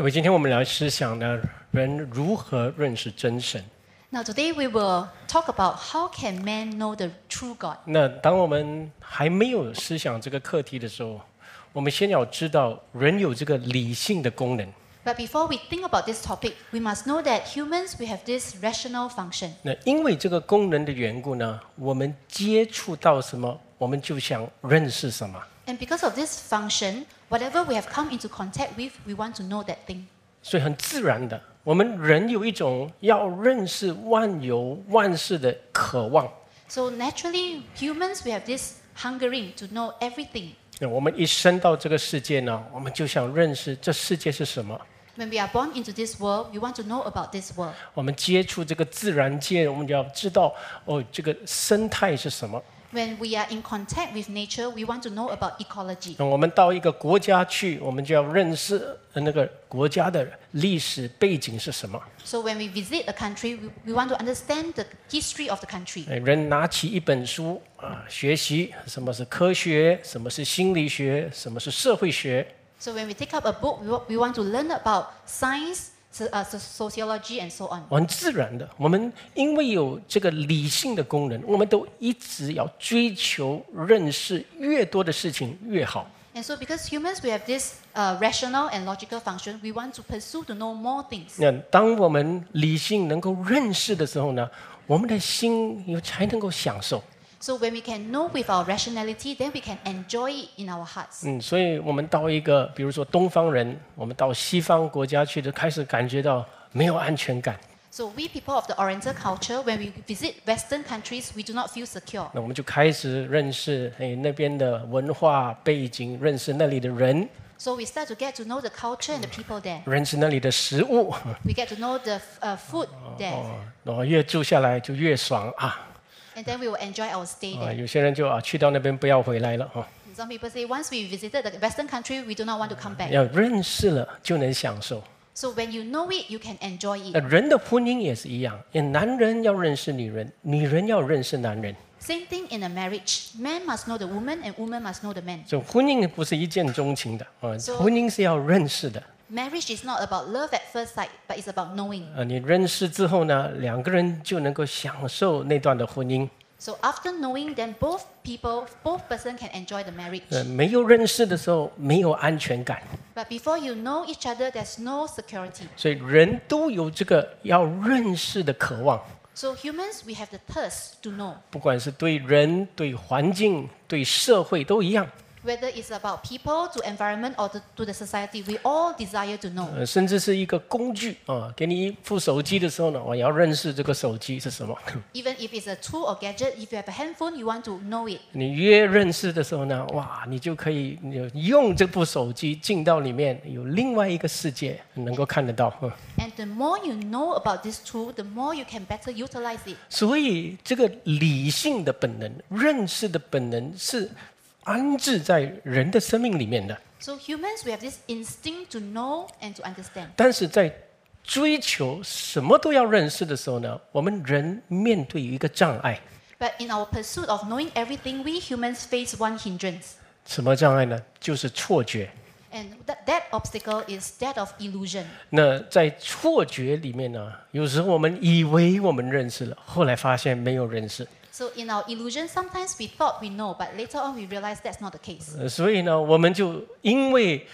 为今天我们来思想呢，人如何认识真神。 Now today we will talk about how can man know the true God. 那当我们还没有思想这个课题的时候，我们先要知道人有这个理性的功能。 But before we think about this topic, we must know that humans we have this rational function. 那因为这个功能的缘故呢，我们接触到什么，我们就想认识什么。 And because of this function, whatever we have come into contact with, we want to know that thing. 所以很自然的，我们人有一种要认识万有万事的渴望。 So naturally, humans we have this hungering to know everything. 那我们一生到这个世界呢，我们就想认识这世界是什么。 When we are born into this world, we want to know about this world. 我们接触这个自然界，我们就要知道哦，这个生态是什么。 When we are in contact with nature, we want to know about ecology. 那我们到一个国家去，我们就要认识呃那个国家的历史背景是什么。 So when we visit a country, we, we want to understand the history of the country. 哎人拿起一本书啊，学习什么是科学，什么是心理学，什么是社会学。 So when we take up a book, we, wa- we want to learn about science, so, uh, so- sociology, and so on. 很自然的，我们因为有这个理性的功能，我们都一直要追求认识越多的事情越好。 And so because humans, we have this uh, rational and logical function, we want to pursue to know more things. 那当我们理性能够认识的时候呢，我们的心有才能够享受。 So when we can know with our rationality, then we can enjoy it in our hearts. 嗯，所以我们到一个，比如说东方人，我们到西方国家去的，开始感觉到没有安全感， So we people of the Oriental culture, when we visit Western countries, we do not feel secure. 那我们就开始认识哎那边的文化背景，认识那里的人， So we start to get to know the culture and the people there. 认识那里的食物， We get to know the uh, food there, 哦，然后越住下来就越爽啊。 and then we will enjoy our stay 啊， there. 有些人就啊，去到那边不要回来了哈、 Some people say once we visited the Western country, we do not want to come back. 要认识了就能享受。 So when you know it, you can enjoy 那 it. 人的婚姻也是一样，也男人要认识女人，女人要认识男人。 Same thing in a marriage. Man must know the woman, and woman must know the man. 所以婚姻不是一见钟情的啊， So- 婚姻是要认识的 Marriage is not about love at first sight, but it's about knowing. 啊。你认识之后呢，两个人就能够享受那段的婚姻。 So after knowing, then both people, both person can enjoy the marriage. 呃，没有认识的时候没有安全感， But before you know each other, there's no security. 所以人都有这个要认识的渴望， So humans, we have the thirst to know, 不管是对人、对环境、对社会都一样。 whether it's about people, to environment, or to, to the society. We all desire to know. 呃，甚至是一个工具啊，给你一副手机的时候呢，我也要认识这个手机是什么。 Even if it's a tool or gadget, if you have a handphone, you want to know it. 你越认识的时候呢，哇，你就可以你就用这部手机进到里面，有另外一个世界能够看得到。嗯 And the more you know about this tool, the more you can better utilize it. 所以，这个理性的本能、认识的本能是安置在人的生命里面的， So humans, we have this instinct to know and to understand. 但是在追求什么都要认识的时候呢，我们人面对一个障碍， But in our pursuit of knowing everything, we humans face one hindrance. 什么障碍呢？就是错觉。 And that, that obstacle is that of illusion. 那在错觉里面呢，有时候我们以为我们认识了，后来发现没有认识。 So in our illusion, sometimes we thought we know, but later on we realize that's not the case. 呃所以呢，我们就因为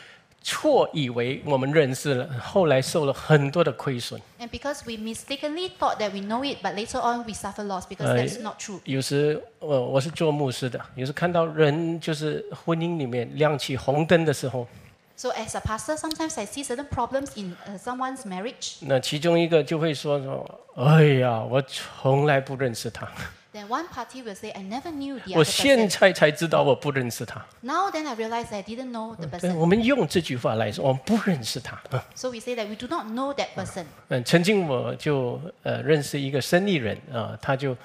错以为我们认识了，后来受了很多的亏损。 And because we mistakenly thought that we know it, but later on we suffer loss because Uh, that's not true. 有时，我我是做牧师的，有时看到人就是婚姻里面亮起红灯的时候， So as a pastor, sometimes I see certain problems in uh, someone's marriage. 那其中一个就会说说：“哎呀，我从来不认识他， Then one party will say, "I never knew the 我 other 现 person." 在才知道我不认识他。 Now then, I realize I didn't know the ”对， person. 我们用这句话来说，我们不认识他。 啊 So we say that we do not know that person. 嗯，曾经我就呃认识一个生意人啊、他就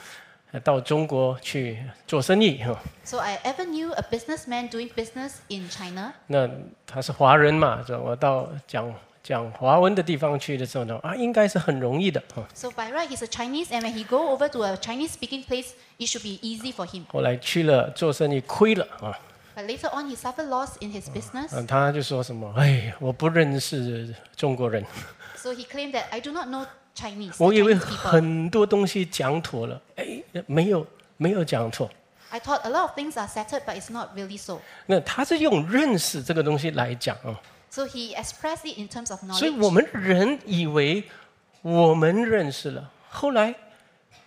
呃到中国去做生意哈、 So I ever knew a businessman doing business in China. 那他是华人嘛，这我到讲讲华文的地方去的时候呢，啊，应该是很容易的哈、 So by right, he's a Chinese, and when he go over to a Chinese-speaking place, it should be easy for him. 后来去了做生意亏了啊， But later on, he suffered loss in his business. 嗯，他就说什么？哎，我不认识中国人， So he claimed that I do not know Chinese. 我以为 Chinese people. 很多东西讲妥了，哎，没有，没有讲妥。 I thought a lot of things are settled, but it's not really so. 那他是用认识这个东西来讲啊， So he expressed it in terms of 所以我 knowledge. 们人以为我们认识了，后来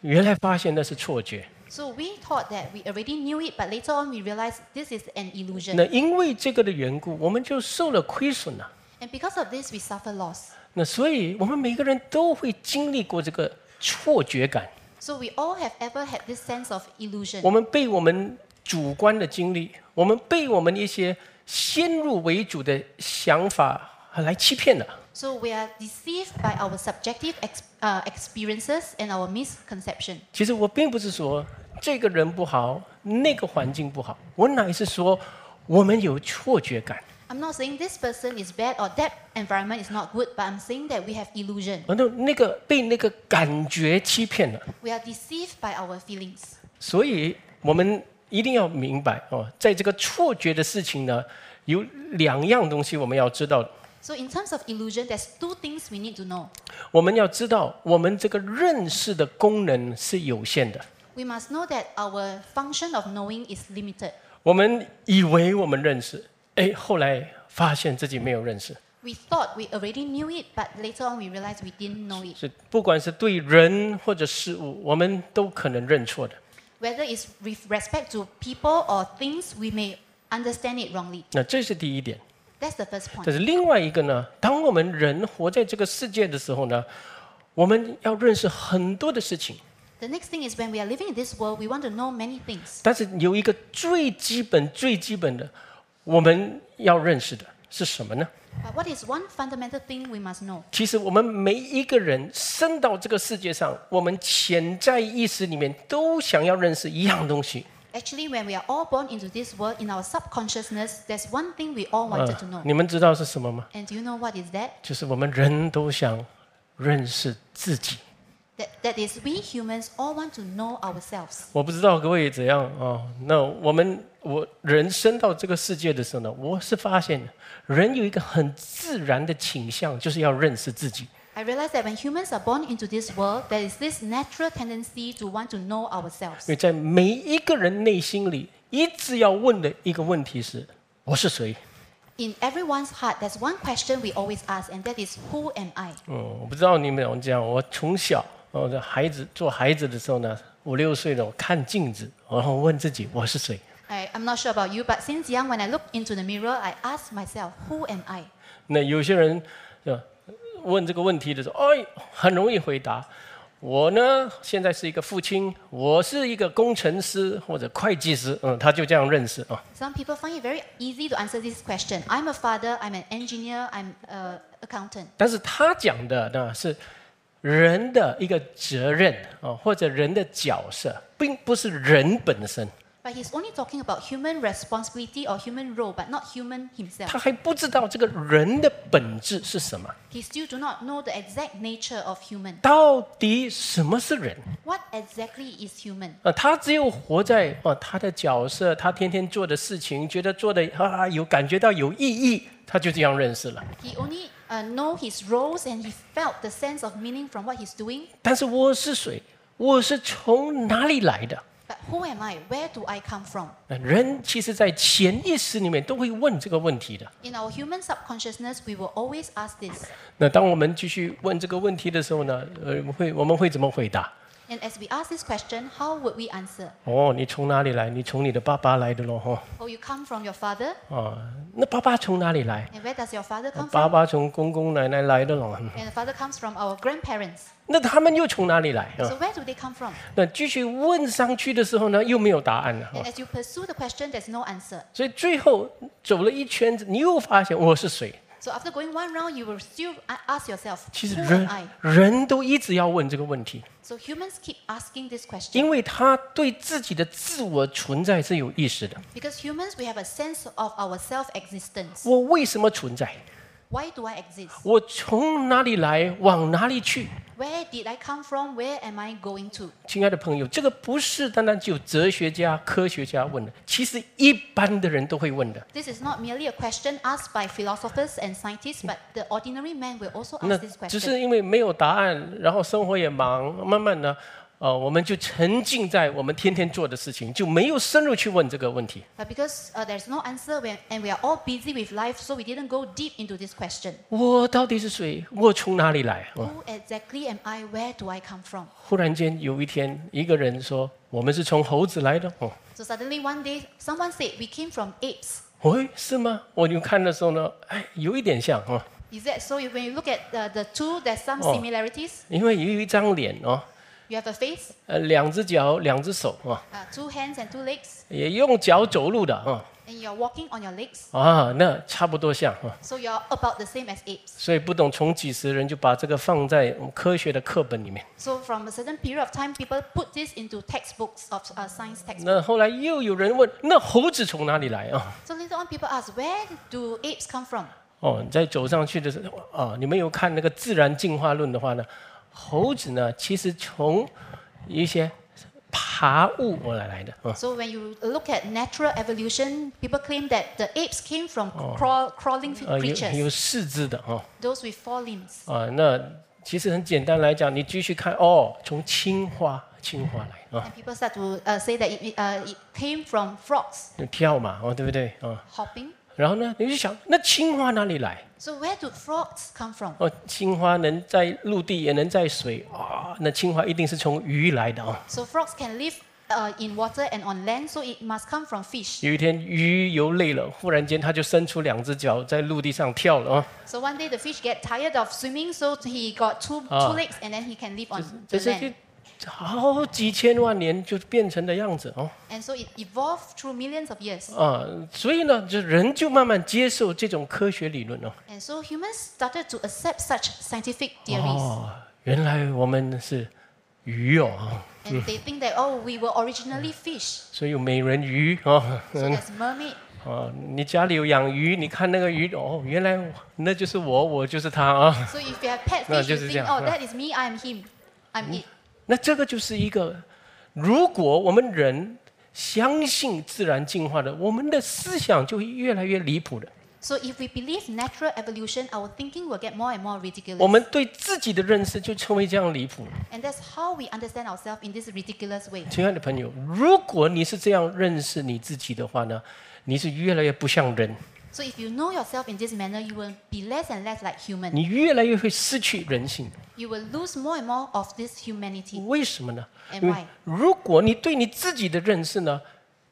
原来发现那是错觉。 So we thought that we already knew it, but later on we realized this is an illusion. 那因为这个的缘故，我们就受了亏损了。 And because of this, we suffer loss. 那所以我们每个人都会经历过这个错觉感， So we all have ever had this sense of illusion. 我们被我们主观的经历，我们被我们一些先入为主的想法来欺骗了。 So we are deceived by our subjective ex- uh, experiences and our misconception. 其实我并不是说这个人不好，那个环境不好，我乃是说我们有错觉感。 I'm not saying this person is bad or that environment is not good, but I'm saying that we have illusion. 然后那个被那个感觉欺骗了， We are deceived by our feelings. 所以我们一定要明白哦，在这个错觉的事情呢，有两样东西我们要知道。 So in terms of illusion, there's two things we need to know. 我们要知道，我们这个认识的功能是有限的。 We must know that our function of knowing is limited. 我们以为我们认识，哎，后来发现自己没有认识。 We thought we already knew it, but later on we realized we didn't know it. 是不管是对人或者事物，我们都可能认错的。 Whether it's with respect to people or things, we may understand it wrongly. 那这是第一点。 That's the first point. 但是另外一个呢，当我们人活在这个世界的时候呢，我们要认识很多的事情， The next thing is when we are living in this world, we want to know many things. 但是有一个最基本、最基本的，我们要认识的是什么呢？ But what is one fundamental thing we must know? 其实我们每一个人生到这个世界上，我们潜在意识里面都想要认识一样东西。 Actually, when we are all born into this world, in our subconsciousness, there's one thing we all wanted to 呃 know. 你们知道是什么吗？ And do you know what is that? 就是我们人都想认识自己。 That, that is, we humans all want to know ourselves. 我不知道各位怎样啊、哦那我们我人生到这个世界的时候呢，我是发现人有一个很自然的倾向，就是要认识自己。 I realize that when humans are born into this world, there is this natural tendency to want to know 因 ourselves. 为在每一个人内心里，一直要问的一个问题是：我是谁？ In everyone's heart, there's one question we always ask, and that is, Who am I? 嗯，我不知道你们有没有这样。我从小，我的孩子做孩子的时候呢，五六岁了，我看镜子，然后问自己我是谁。 I, I'm not sure about you, but since young, when I look into the mirror, I ask myself, Who am I? 那有些人，呃问这个问题的时候，哎，很容易回答。我呢，现在是一个父亲，我是一个工程师或者会计师，嗯，他就这样认识啊。 Some people find it very easy to answer this question. I'm a father, I'm an engineer, I'm an accountant. 但是他讲的呢是人的一个责任啊，或者人的角色，并不是人本身。 But he's only talking about human responsibility or human role, but not human 他 himself. 还不知道这个人的本质是什么， He still do not know the exact nature of human. 到底什么是人 What exactly is human? 啊？他只有活在哦他的角色，他天天做的事情，觉得做的啊有感觉到有意义，他就这样认识了。 He only uh, know his roles and he felt the sense of meaning from what he's doing. 但是我是谁？我是从哪里来的？ But who am I? Where do I come from? 那人其实，在潜意识里面都会问这个问题的。 In our human subconsciousness, we will always ask this. 那当我们继续问这个问题的时候呢，呃，我们会我们会怎么回答？ And as we ask this question, how would we answer? 哦，你从哪里来？你从你的爸爸来的咯，哈、 Oh, you come from your father? 啊，那爸爸从哪里来？ And where does your father come 爸 from? 爸从公公奶奶来的咯。 And the father comes from our grandparents. 那他们又从哪里来啊 So？where do they come from? 那继续问上去的时候呢，又没有答案了。啊 And as you pursue the question, there's no answer. 所以最后走了一圈子，你又发现我是谁？ So after going one round, you will still a- ask yourself, 其 who 实 am 人 I? 人都一直要问这个问题， So humans keep asking this question 因为他对自己的自我存在是有意识的。 because humans we have a sense of our self-existence. 我为什么存在？ Why do I exist? 我从哪里来，往哪里去？ Where did I come from? Where am I going to? 亲爱的朋友，这个不是单单只有哲学家、科学家问的，其实一般的人都会问的。 This is not merely a question asked by philosophers and scientists, but the ordinary man will also 那 ask this 只 question. 是因为没有答案，然后生活也忙，慢慢呢，呃，我们就沉浸在我们天天做的事情，就没有深入去问这个问题。 But because uh, there's no answer when, and we are all busy with life, so we didn't go deep into this question. 我到底是谁？我从哪里来？嗯 Who exactly am I? Where do I come from? 忽然间有一天，一个人说：“我们是从猴子来的。”哦， So suddenly one day, someone said, We came from apes. 喂，是吗？我就看的时候呢，哎，有一点像哦， Is that so? When you look at the, the two, there's some Oh. similarities. 因为有一张脸哦， You have a face, 呃，两只脚，两只手哦， uh, two hands, and two legs, 也用脚走路的哦， and you're walking on your legs. 啊，那差不多像哦。 So you're about the same as apes. 所以不懂从几时人就把这个放在我们科学的课本里面。 So from a certain period of time, people put this into textbooks of uh, science textbooks. 那后来又有人问，那猴子从哪里来啊？ So later on, people ask, where do apes come from? 哦，你再走上去的时候啊，你们有看那个《自然进化论》的话呢，猴子呢其实从一些爬物而来来的啊。 So when you look at natural evolution, people claim that the apes came from crawl, crawling 呃，有 creatures, 有四肢的啊 those with four limbs. 啊，那其实很简单来讲，你继续看哦，从青花青花来啊， And people start to uh, say that it, it, uh, it came from frogs 就跳嘛哦，对不对啊？ hopping. 然后呢，你就想那青花哪里来？ So where do frogs come from? 哦，青花能在陆地，也能在水啊、那青花一定是从鱼来的啊、 So frogs can live uh, in water and on land, so it must come from fish. 有一天鱼游累了，忽然间它就伸出两只脚在陆地上跳了啊、 So one day the fish get tired of swimming, so he got two, Ah. two legs and then he can live on 这 the 是 land. 就好几千万年就变成的样子哦 And so it evolved through millions of years. 啊、所以呢，就人就慢慢接受这种科学理论哦。 And so humans started to accept such scientific theories. 哦，原来我们是鱼哦，啊 And they think that, oh, we were originally fish. 所以有美人鱼哦。 So there's mermaid. 哦，你家里有养鱼，你看那个鱼哦，原来我那就是我，我就是它啊。 So if you have pet No, fish, you just- Ah. think, yeah, oh, yeah. that is me, I am him. I'm Mm. it. 那这个就是一个，如果我们人相信自然进化的，我们的思想就会越来越离谱的。 So if we believe natural evolution, our thinking will get more and more 我 ridiculous. 们对自己的认识就成为这样离谱。 And that's how we understand ourselves in this ridiculous way. 亲爱的朋友，如果你是这样认识你自己的话呢，你是越来越不像人， So if you know yourself in this manner, you will be less and less like human. 你越来越会失去人性。 You will lose more and more of this humanity. 为什么呢？因 And 为 why? 如果你对你自己的认识呢，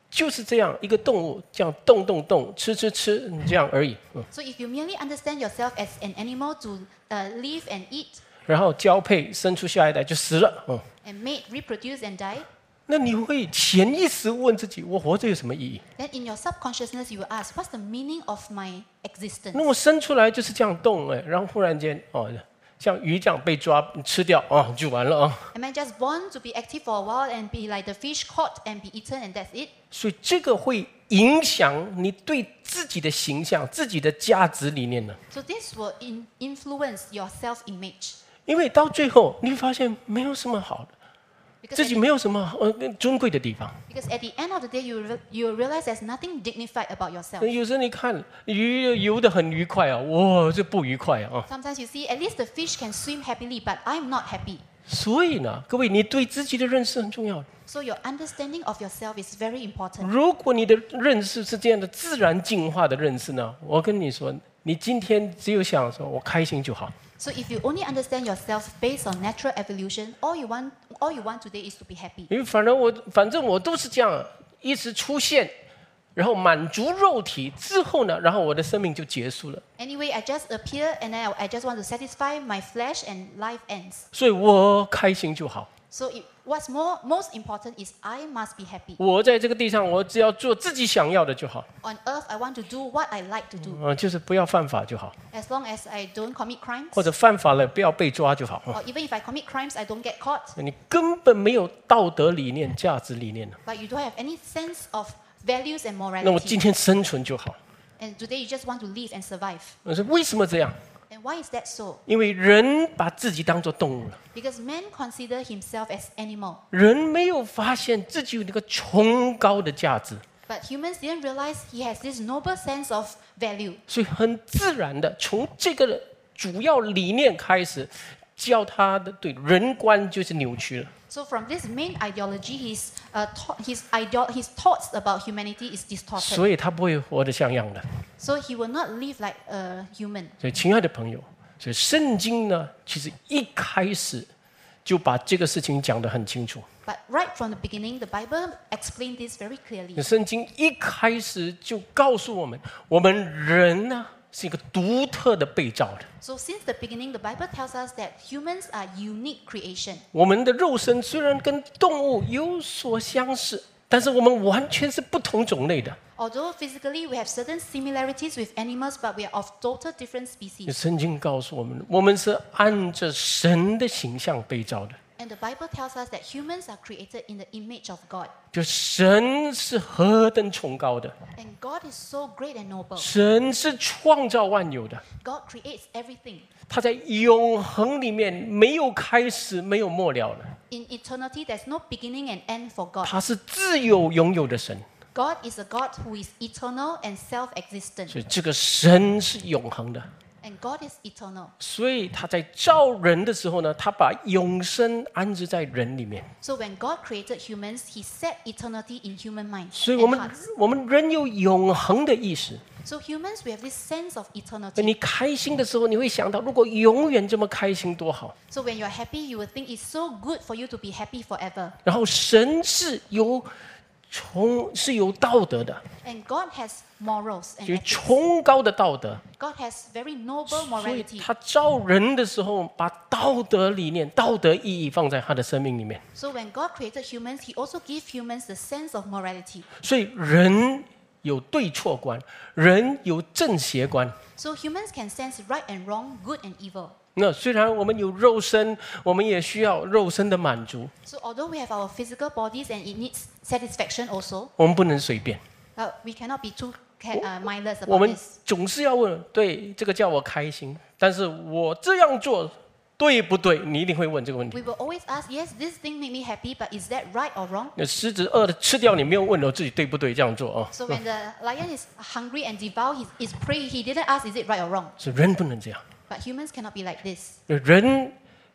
就是这样一个动物，这样动动动，吃吃吃，你这样而已。嗯， So if you merely understand yourself as an animal to uh, live and eat 然后交配，生出下一代就死了。嗯。 and mate, reproduce and die, 那你会潜意识问自己：我活着有什么意义？ then in your subconsciousness you will ask, what's the meaning of my existence? 那我生出来就是这样动哎，然后忽然间哦，像鱼这样被抓吃掉哦，就完了啊、 Am I just born to be active for a while and be like the fish caught and be eaten and that's it? 所以这个会影响你对自己的形象、自己的价值理念呢。 So this will in- influence your self-image 因为到最后你会发现没有什么好的， because 自 at, 己 the, 没有什么呃尊贵的地方。 because at the end of the day you re- you will realize there's nothing dignified about yourself. 嗯有时候你看鱼游得很愉快啊，哇，这不愉快啊。 Sometimes you see at least the fish can swim happily, but I'm not happy. 所以呢，各位，你对自己的认识很重要。 So your understanding of yourself is very important. 如果你的认识是这样的自然进化的认识呢，我跟你说，你今天只有想说我开心就好， So if you only understand yourself based on natural evolution, all you want all you want today is to be happy. 因为反正我反正我都是这样，啊一直出现，然后满足肉体之后呢，然后我的生命就结束了， Anyway, I just appear and I, I just want to satisfy my flesh and life ends. 所以我开心就好。 So it, what's more, most important is I must be happy. 我在这个地上，我只要做自己想要的就好， On earth, I want to do what I like to do, 嗯，就是不要犯法就好， as long as I don't commit crimes. 或者犯法了不要被抓就好。 Or even if I commit crimes, I don't get caught. 你根本没有道德理念、价值理念了 But you don't have any sense of values and 那我今 morality. 天生存就好， And today you just want to live and survive. 我说为什么这样？ And why is that so? 因为人把自己当做动物了， Because man consider himself as animal, 人没有发现自己有那个崇高的价值， but humans didn't realize he has this noble sense of value. 所以很自然的从这个主要理念开始，教他的对人观就是扭曲了。 So from this main ideology, his uh, thought his ideo- his thoughts about humanity is distorted. 所以他不会活得像样的。 So he will not live like a human. 所以，亲爱的朋友，所以圣经呢，其实一开始就把这个事情讲得很清楚。 But right from the beginning, the Bible explained this very clearly. 圣经一开始就告诉我们，我们人呢是一个独特的被造的， So since the beginning, the Bible tells us that humans are unique creation. 我们的肉身虽然跟动物有所相似，但是我们完全是不同种类的。 Although physically we have certain similarities with animals, but we are of total different species. 圣经告诉我们，我们是按着神的形象被造的， And the Bible tells us that humans are created in the image of God. 就神是何等崇高的， And God is so great and noble. 神是创造万有的， God creates everything. 他在永恒里面没有开始，没有末了了， In eternity, there's no beginning and end for God. 他是自有拥有的神， God is a God who is eternal and self existent. 所以这个神是永恒的。 And God is eternal. 所以他在造人的时候呢，他把永生安置在人里面。 So when God created humans, He set eternity in human minds 所以我 and 们 hearts. 我们人有永恒的意识。 So humans, we have this sense of 那 eternity. 你开心的时候，你会想到，如果永远这么开心多好。 So when you're happy, you will think it's so good for you to be happy forever. 然后神是有崇是有道德的， And God has morals 就 and 是 ethics. 崇高的道德。 God has very noble 所以 morality. 他造人的时候，把道德理念、道德意义放在他的生命里面。 So when God created humans, He also gave humans the sense of morality. 所以人有对错观，人有正邪观。 So humans can sense right and wrong, good and evil. 那虽然我们有肉身，我们也需要肉身的满足， So although we have our physical bodies and it needs satisfaction also, 我们不能随便。 uh, we cannot be too ca- uh, mindless 我 about 们 this. 总是要问，对这个叫我开心，但是我这样做对不对？你一定会问这个问题。 We will always ask, yes, this thing made me happy, but is that right or wrong? 那狮子饿了吃掉你，没有问我自己对不对这样做啊？ So when the lion is hungry and devour his, his prey, he didn't ask, is it right or wrong? 所以人不能这样， But humans cannot be like this. 人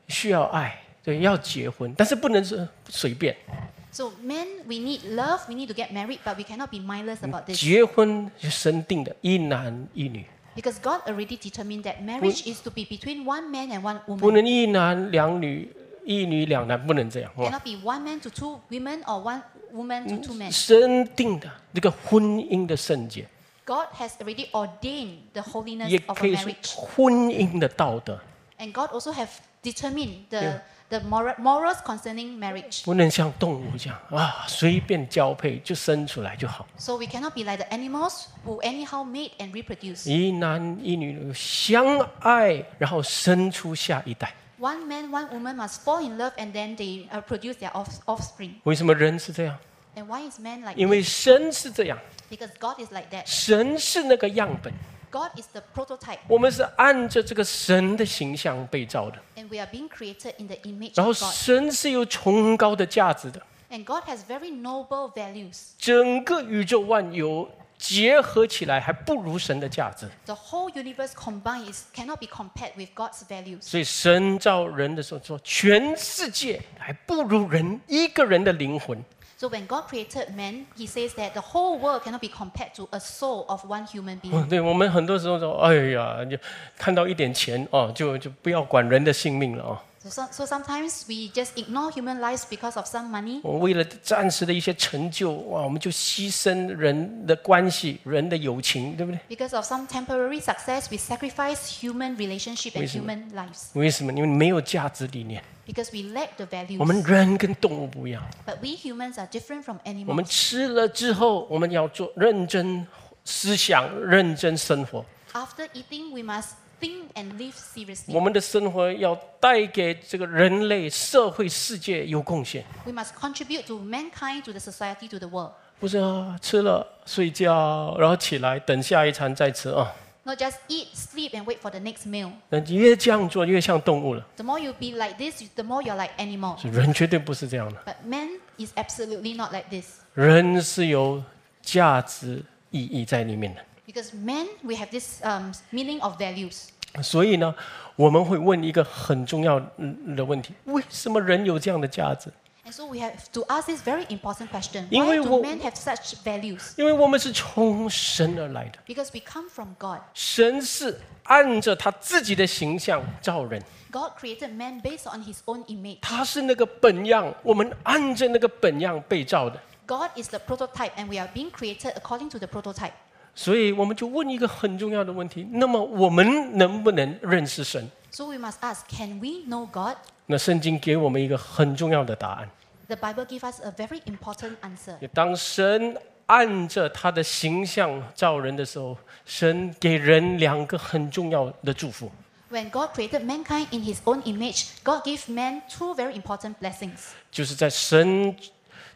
需要爱，对，要结婚，但是不能是随便。啊 So men, we need love, we need to get married, but we cannot be mindless about this. 结婚是神定的，一男一女， Because God already determined that marriage is to be between one man and one 不 woman. 能一男两女，一女两男，不能这样。哦 Cannot be one man to two women or one woman to two men. 神定的这个婚姻的圣洁， God has already ordained the 也 holiness of 可 a 以说 marriage, 婚姻的道德， and God also have determined the Yeah. the moral, morals concerning marriage. 不能像动物这样啊，随便交配就生出来就好。 So we cannot be like the animals who anyhow mate and reproduce. 一男一女相爱，然后生出下一代。 One man, one woman must fall in love, and then they uh, produce their off- offspring. 为什么人是这样？ And why is man like? 因 That? 为神是这样， Because God is like that. 神是那个样本， God is the prototype, 我们是按着这个神的形象被造的。 and we are being created in the image 然后 of God. 神是有崇高的价值的， And God has very noble values. 整个宇宙万有结合起来还不如神的价值。 The whole universe combined is, cannot be compared with God's values. 所以神造人的时候说，全世界还不如人一个人的灵魂。 So when God created man, he says that the whole world cannot be compared to a soul of one human being. 嗯，对我们很多时候说，哎呀，就看到一点钱哦，就就不要管人的性命了哦。 So, so, so sometimes we just ignore human lives because of some money. 我为了暂时的一些成就，哇，我们就牺牲人的关系、人的友情，对不对？ Because of some temporary success, we sacrifice human relationship and 为什么？ human lives 为什么？因为没有价值理念。 because we lack the 我们 values. 人跟动物不一样， But we humans are different from 我们 animals. 吃了之后，我们要做认真思想、认真生活。 After eating, we must think and live seriously. 我们的生活要带给这个人类、社会、世界有贡献， We must contribute to mankind, to the society, to the world. 不是啊？吃了睡觉，然后起来等下一餐再吃啊。 Not just eat, sleep, and wait for the next meal. 那你越这样做，越像动物了。 The more you be like this, the more you're like animal. 所以人绝对不是这样的， But man is absolutely not like this. 人是有价值意义在里面的。 Because men, we have this um, meaning of values. 所以呢，我们会问一个很重要嗯的问题：为什么人有这样的价值？ And so we have to ask this very important question. 因为 Why do 我- men have such values? 因为我们是从神而来的， Because we come from God. 神是按着他自己的形象造人， God created man based on his own image. 他是那个本样，我们按着那个本样被造的。 God is the prototype and we are being created according to the prototype. 所以我们就问一个很重要的问题：那么我们能不能认识神？ So we must ask, can we know God? 那圣经给我们一个很重要的答案： The Bible gives us a very important answer. 当神按着他的形象造人的时候，神给人两个很重要的祝福。 When God created mankind in his own image, God gave man two very important blessings. 就是在神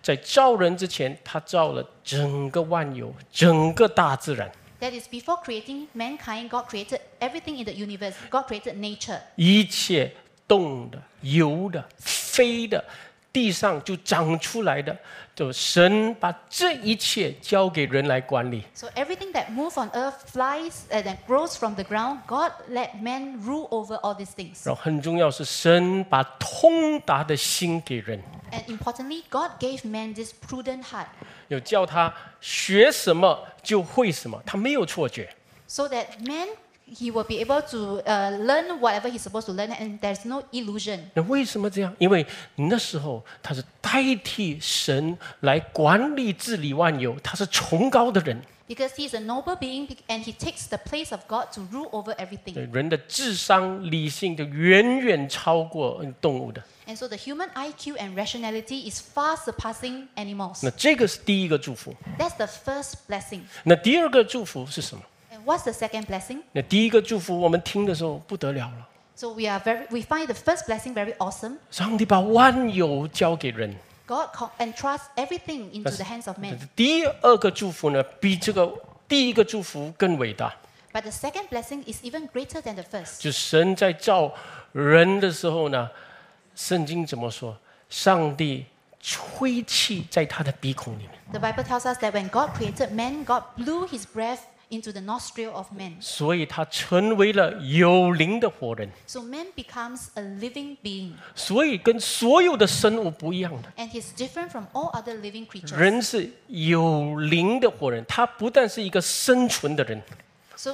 在造人之前，他造了整个万有，整个大自然， That is, before creating mankind, God created everything in the universe. God created nature. 一切动的、游的、飞的，地上就长出来的，就神把这一切交给人来管理。 So everything that moves on earth, flies, and that grows from the ground, God let man rule over all these things. 然后很重要是，神把通达的心给人， And importantly, God gave man this prudent heart 有叫他学什么就会什么，他没有错觉。 so that man, he will be able to uh, learn whatever he's supposed to learn and there's no illusion. 那为什么这样？因为那时候他是代替神来管理治理万有，他是崇高的人， Because he's a noble being and he takes the place of God to rule over 对 everything. 人的智商、理性就远远超过嗯动物的。 And so the human IQ and rationality is far surpassing animals. 那这个是第一个祝福。 That's the first blessing. 那第二个祝福是什么？ And what's the second blessing? 那第一个祝福我们听的时候不得了了， So we are very we find the first blessing very awesome. 上帝把万有交给人。 God co- entrusts everything into the hands of 但是 man. 第二个祝福呢，比这个第一个祝福更伟大。 But the second blessing is even greater than the first. 就神在造人的时候呢，圣经怎么说？上帝吹气在他的鼻孔里面， The Bible tells us that when God created man, God blew his breath into the nostril of man. 所以他成为了有灵的活人。 So man becomes a living being 所以跟所有的生物不一样的， and he's different from all other living creatures. 人是有灵的活人，他不但是一个生存的人， So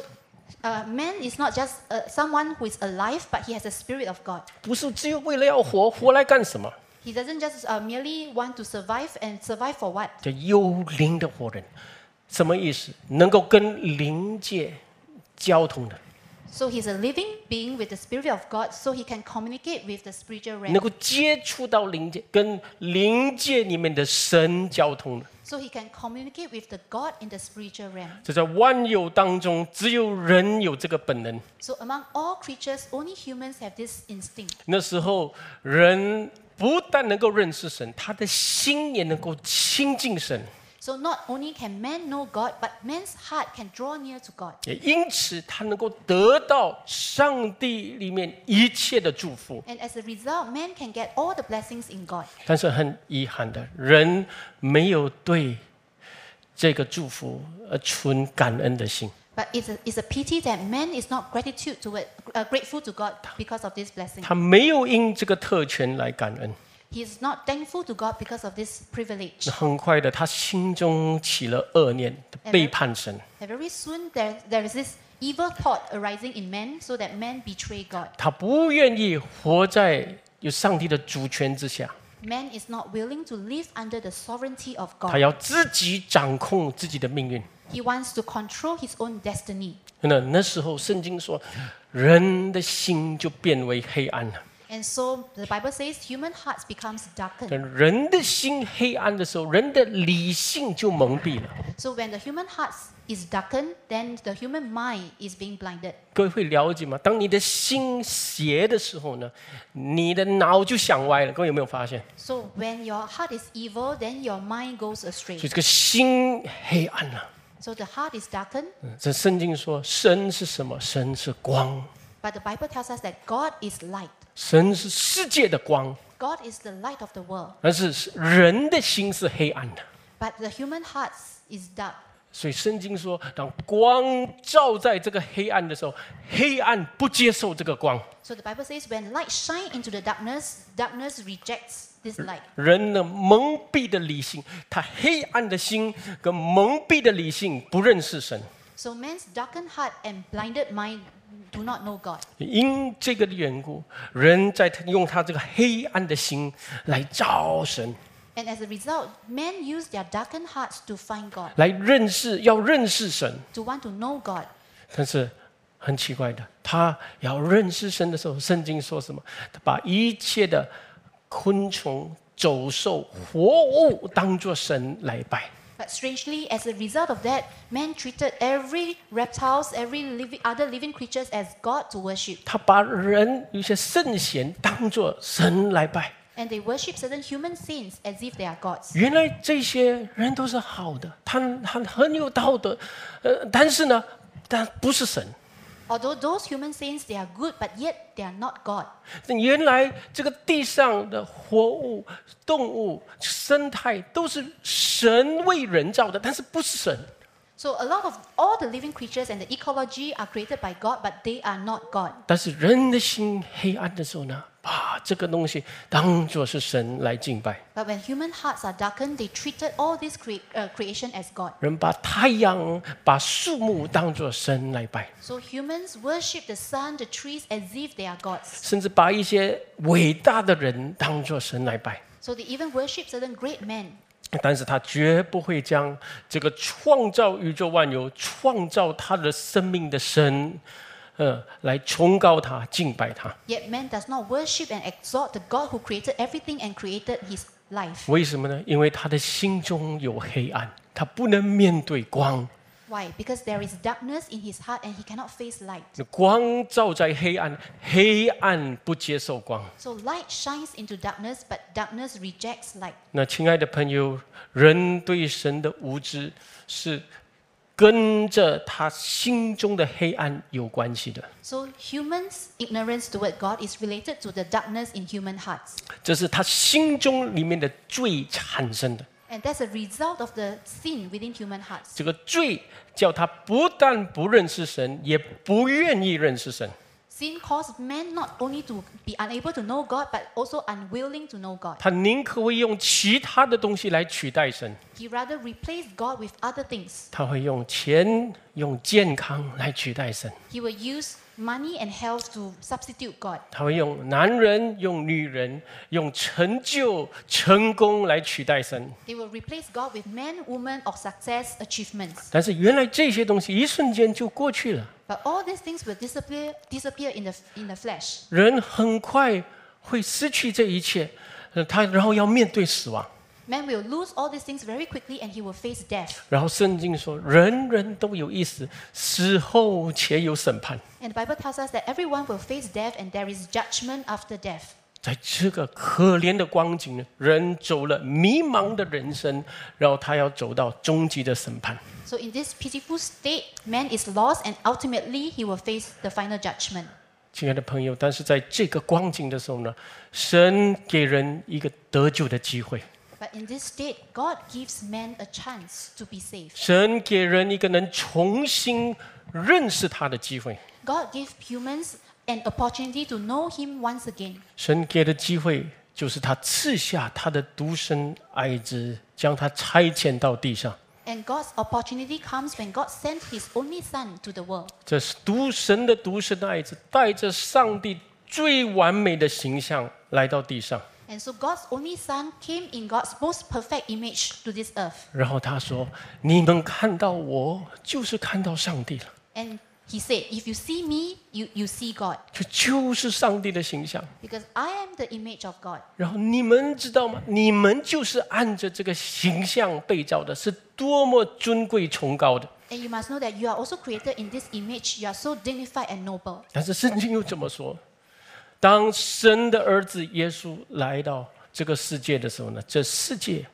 uh, man is not just uh, someone who is alive, but he has the spirit of God. 不是只有为了要活，活来干什么？ He doesn't just uh, merely want to survive and survive for what? 叫幽灵的活人，什么意思？能够跟灵界交通的， So he's a living being with the spirit of God, so he can communicate with the spiritual realm. 能够接触到灵界，跟灵界里面的神交通的。 So he can communicate with the God in the spiritual realm. 这在万有当中，只有人有这个本能。 So among all creatures, only humans have this instinct. 那时候，人不但能够认识神，他的心也能够亲近神。 So not only can man know God, but man's heart can draw near to God. 也因此，他能够得到上帝里面一切的祝福。 And as a result, man can get all the blessings in God. 但是很遗憾的，人没有对这个祝福而存感恩的心， But it's a, it's a pity that man is not gratitude toward, uh, grateful to God because of this blessing. 他没有因这个特权来感恩。 He is not thankful to God because of this privilege. 那很快的，他心中起了恶念，他背叛神， And very soon there, there is this evil thought arising in man so that man betray God. 他不愿意活在有上帝的主权之下， Man is not willing to live under the sovereignty of 他 God. 要自己掌控自己的命运。 He wants to control his own destiny. 那那时候，圣经说，人的心就变为黑暗了。 And so the Bible says human hearts becomes darkened. 等人的心黑暗的时候，人的理性就蒙蔽了。 So when the human heart's is darkened, then the human mind is being blinded. 各位会了解吗？当你的心邪的时候呢，你的脑就想歪了。各位有没有发现？ So when your heart is evil, then your mind goes 所以 astray. 这个心黑暗了、 So the heart is darkened, 嗯这圣经说，神是什么？神是光， but the Bible tells us that God is light. 神是世界的光， God is the light of the world, 而是人的心是黑暗的。 but the human heart is dark. 所以圣经说，当光照在这个黑暗的时候，黑暗不接受这个光， So the Bible says when light shine into the darkness, darkness rejects this light. 人呢蒙蔽的理性，他黑暗的心跟蒙蔽的理性不认识神。 So man's darkened heart and blinded mind do not know God. 因这个的缘故，人在他用他这个黑暗的心来照神， And as a result, men use their darkened hearts to find God, 来认识，要认识神。 to want to know God. 但是很奇怪的，他要认识神的时候，圣经说什么？他把一切的昆虫、走兽、活物当作神来拜。 But strangely, as a result of that, man treated every reptiles, every living, other living creatures as God to worship. 他把人有些圣贤当作神来拜。 And they worship certain human saints as if they are gods. 原来这些人都是好的，他他很有道德，呃，但是呢，他不是神。 Although those human saints, they are good, but yet they are not God. 原来这个地上的活物、动物、生态都是神为人造的，但是不是神。 So a lot of all the living creatures and the ecology are created by God, but they are not God. 但是人的心黑暗的时候呢，把这个东西当作是神来敬拜。 But when human hearts are darkened, they treated all this crea- uh, creation as God. 人把太阳、把树木当作神来拜， So humans worship the sun, the trees as if they are gods. 甚至把一些伟大的人当作神来拜。 So they even worship certain great men. 但是他绝不会将这个创造宇宙万有、创造他的生命的神，呃，来崇高他、敬拜他。 Yet man does not worship and exalt the God who created everything and created his life. 为什么呢？因为他的心中有黑暗，他不能面对光。 Why? Because there is darkness in his heart and he cannot face light. 光照在黑暗，黑暗不接受光。 So light shines into darkness, but darkness rejects light. 那亲爱的朋友，人对神的无知是跟着他心中的黑暗有关系的， So humans' ignorance toward God is related to the darkness in human hearts. 这是他心中里面的罪产生的。 And that's a result of the sin within human hearts. 这个罪叫他不但不认识神，也不愿意认识神。 Sin caused man not only to be unable to know God, but also unwilling to know God. 他宁可会用其他的东西来取代神。 He rather replaced God with other things. 他会用钱、用健康来取代神， He will use money and health to substitute God. 他会用男人、用女人、用成就、成功来取代神。 They will replace God with man, woman, or success, achievements. 但是原来这些东西一瞬间就过去了， But all these things will disappear, disappear in the in the flesh. 人很快会失去这一切，呃他然后要面对死亡。 Man will lose all these things very quickly, and he will face death. 然后圣经说，人人都有意思，死后且有审判。 And the Bible tells us that everyone will face death, and there is judgment after death. 在这个可怜的光景呢，人走了迷茫的人生，然后他要走到终极的审判。 So in this pitiful state, man is lost, and ultimately he will face the final judgment. 亲爱的朋友，但是在这个光景的时候呢，神给人一个得救的机会， But in this state, God gives man a chance to be saved. 神给人一个能重新认识他的机会， God gives humans an opportunity to know Him once again. 神给的机会就是他赐下他的独生爱子，将他差遣到地上。 And God's opportunity comes when God sent His only Son to the world. 这是独神的独生的爱子，带着上帝最完美的形象来到地上， And so God's only Son came in God's most perfect image to this earth. 然后他说：“你们看到我，就是看到上帝了， And He said, If you see me, you, you see God, 这就是上帝的形象。” because I am the image of God. 然后你们知道吗？你们就是按着这个形象被造的，是多么尊贵崇高的。 And you must know that you are also created in this image. You are so dignified and noble. 但是圣经又怎么说？当神的儿子耶稣来到这个世界的时候呢，这世界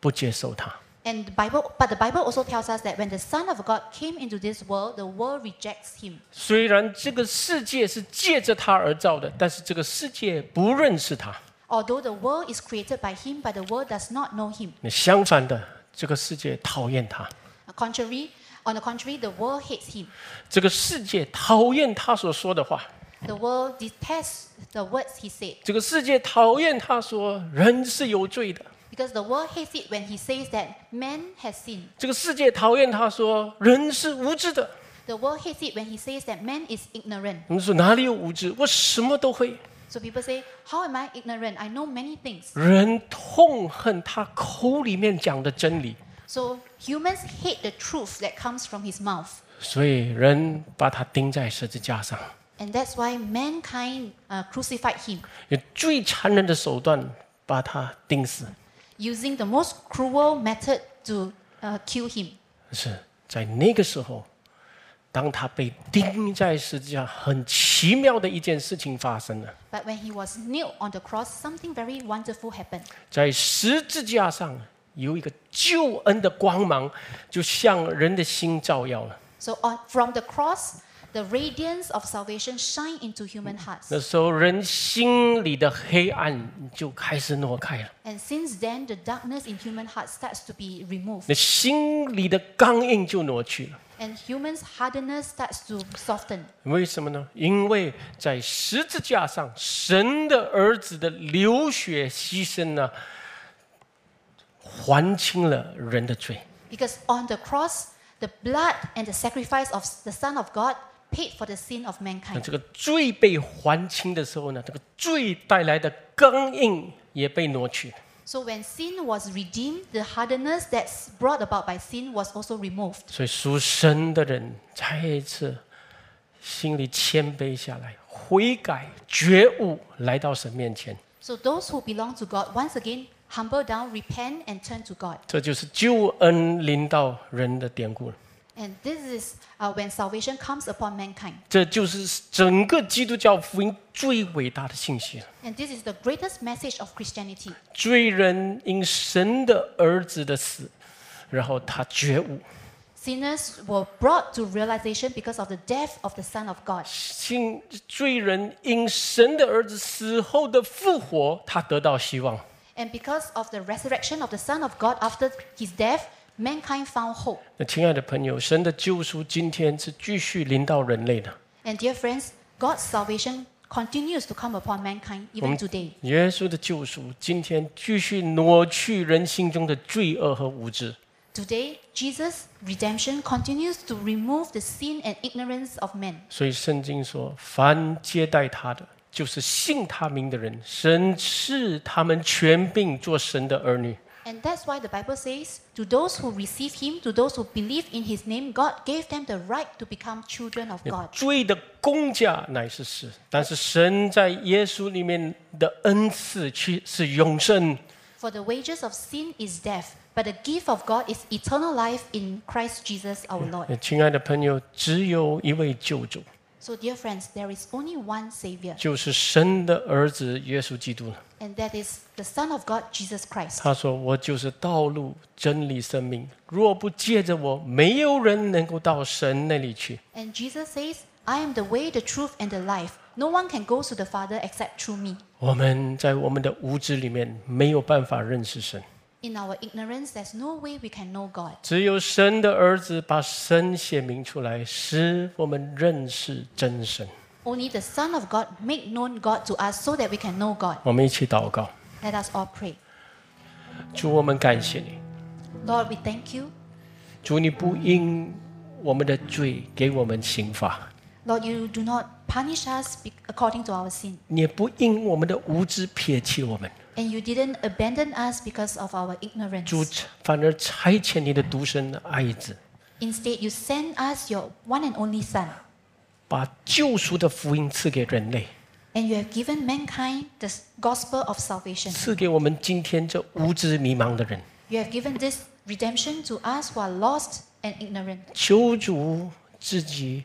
不接受他。 And the Bible, but the Bible also tells us that when the Son of God came into this world, the world rejects him. 虽然这个世界是借着他而造的，但是这个世界不认识他。 Although the world is created by him, but the world does not know him. 那相反的，这个世界讨厌他， Contrary, on the contrary, the world hates him. 这个世界讨厌他所说的话， The world detests the words he said 这个世界讨厌他说人是有罪的， because the world hates it when he says that man has sinned. 这个世界讨厌他说人是无知的。 The world hates it when he says that man is ignorant. 我们说哪里有无知？我什么都会。 So people say, How am I ignorant? I know many things. 人痛恨他口里面讲的真理， So humans hate the truth that comes from his mouth. 所以人把他钉在十字架上。 And that's why mankind uh, crucified him, 用最残忍的手段把他钉死， using the most cruel method to uh, kill him. 是在那个时候，当他被钉在十字架，很奇妙的一件事情发生了， But when he was nailed on the cross, something very wonderful happened. 在十字架上有一个救恩的光芒，就向人的心照耀了。 So on, from the cross, the radiance of salvation shine into human hearts. 那时候，人心里的黑暗就开始挪开了， And since then, the darkness in human hearts starts to be removed, 那心里的刚硬就挪去了。 and humans' hardness starts to soften. 为什么呢？因为在十字架上，神的儿子的流血牺牲呢，还清了人的罪。 Because on the cross, the blood and the sacrifice of the Son of God paid for the sin of 那 mankind. 这个罪被还清的时候呢，这个罪带来的刚硬也被挪去。 So when sin was redeemed, the hardness that's brought about by sin was also removed. 所以属神的人再一次心里谦卑下来，悔改觉悟，来到神面前。 So those who belong to God once again humble down, repent, and turn to God. 这就是救恩临到人的典故了。 And this is uh, when salvation comes upon mankind. 这就是整个基督教福音最伟大的信息了。 And this is the greatest message of Christianity. 罪人因神的儿子的死，然后他觉悟， Sinners were brought to realization because of the death of the Son of God. 信罪人因神的儿子死后的复活，他得到希望。 And because of the resurrection of the Son of God after his death, mankind found hope. 那亲爱的朋友，神的救赎今天是继续临到人类的。 And dear friends, God's salvation continues to come upon mankind even today. 耶稣的救赎今天继续挪去人心中的罪恶和无知。 Today, Jesus' redemption continues to remove the sin and ignorance of men. 所以圣经说：“凡接待他的，就是信他名的人，神赐他们权柄做神的儿女。 And that's why the Bible says, to those who receive him, to those who believe in his name, God gave them the right to become children of God. 罪的公价乃是死，但是神在耶稣里面的恩赐去是永生。 For the wages of sin is death, but the gift of God is eternal life in Christ Jesus our Lord. 亲爱的朋友，只有一位救主， So, dear friends, there is only one Savior, 就是神的儿子耶稣基督。 and that is the Son of God, Jesus Christ. 他说：“我就是道路、真理、生命。若不借着我，没有人能够到神那里去。” And Jesus says, I am the way, the truth, and the life. No one can go to the Father except through me. 我们在我们的无知里面没有办法认识神， In our ignorance, there's no way we can know God. 只有神的儿子把神显明出来，使我们认识真神。 Only the Son of God make known God to us so that we can know God. 我们一起祷告， Let us all pray. 主，我们感谢你， Lord, we thank you. 主，你不因我们的罪给我们刑罚， Lord, you do not punish us be- according to our sin, 你也不因我们的无知撇弃我们， and you didn't abandon us because of our 主 ignorance. 反而差遣你的独生爱子， Instead, you sent us your one and only Son, 把救赎的福音赐给人类， and you have given mankind the s- gospel of salvation. 赐给我们今天这无知迷茫的人。 You have given this redemption to us who are lost and ignorant. 求主自己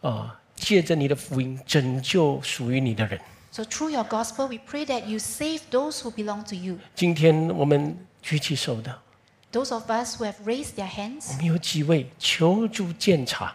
啊、借着你的福音拯救属于你的人。 So through your gospel, we pray that you save those who belong to you. 今天我们举起手的， Those of us who have raised their 我 hands, 们有几位？求主鉴察，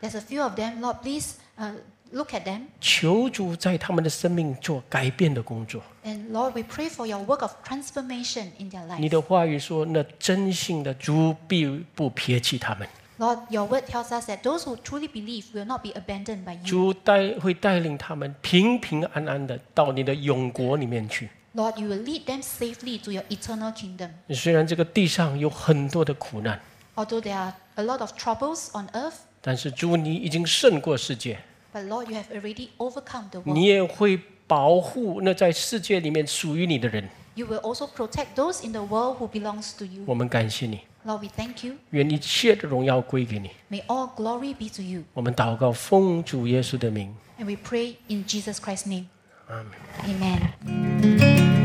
there's a few of them. Lord, please uh, look at them. 求主在他们的生命做改变的工作。 And Lord, we pray for your work of transformation in their 你 life. 的话语说，那真信的主必不撇弃他们， Lord, your word tells us that those who truly believe will not be abandoned by you. 主带会带领他们平平安安的到你的永国里面去。 Lord, you will lead them safely to your eternal kingdom. 虽然这个地上有很多的苦难， Although there are a lot of troubles on earth, 但是主你已经胜过世界， but Lord, you have already overcome the world. 你也会保护那在世界里面属于你的人。 You will also protect those in the world who belongs to you. 我们感谢你， Lord, we thank you. 愿一切的荣耀归给你。 May all glory be to you. 我们祷告，奉主耶稣的名。 And we pray in Jesus Christ's name. Amen.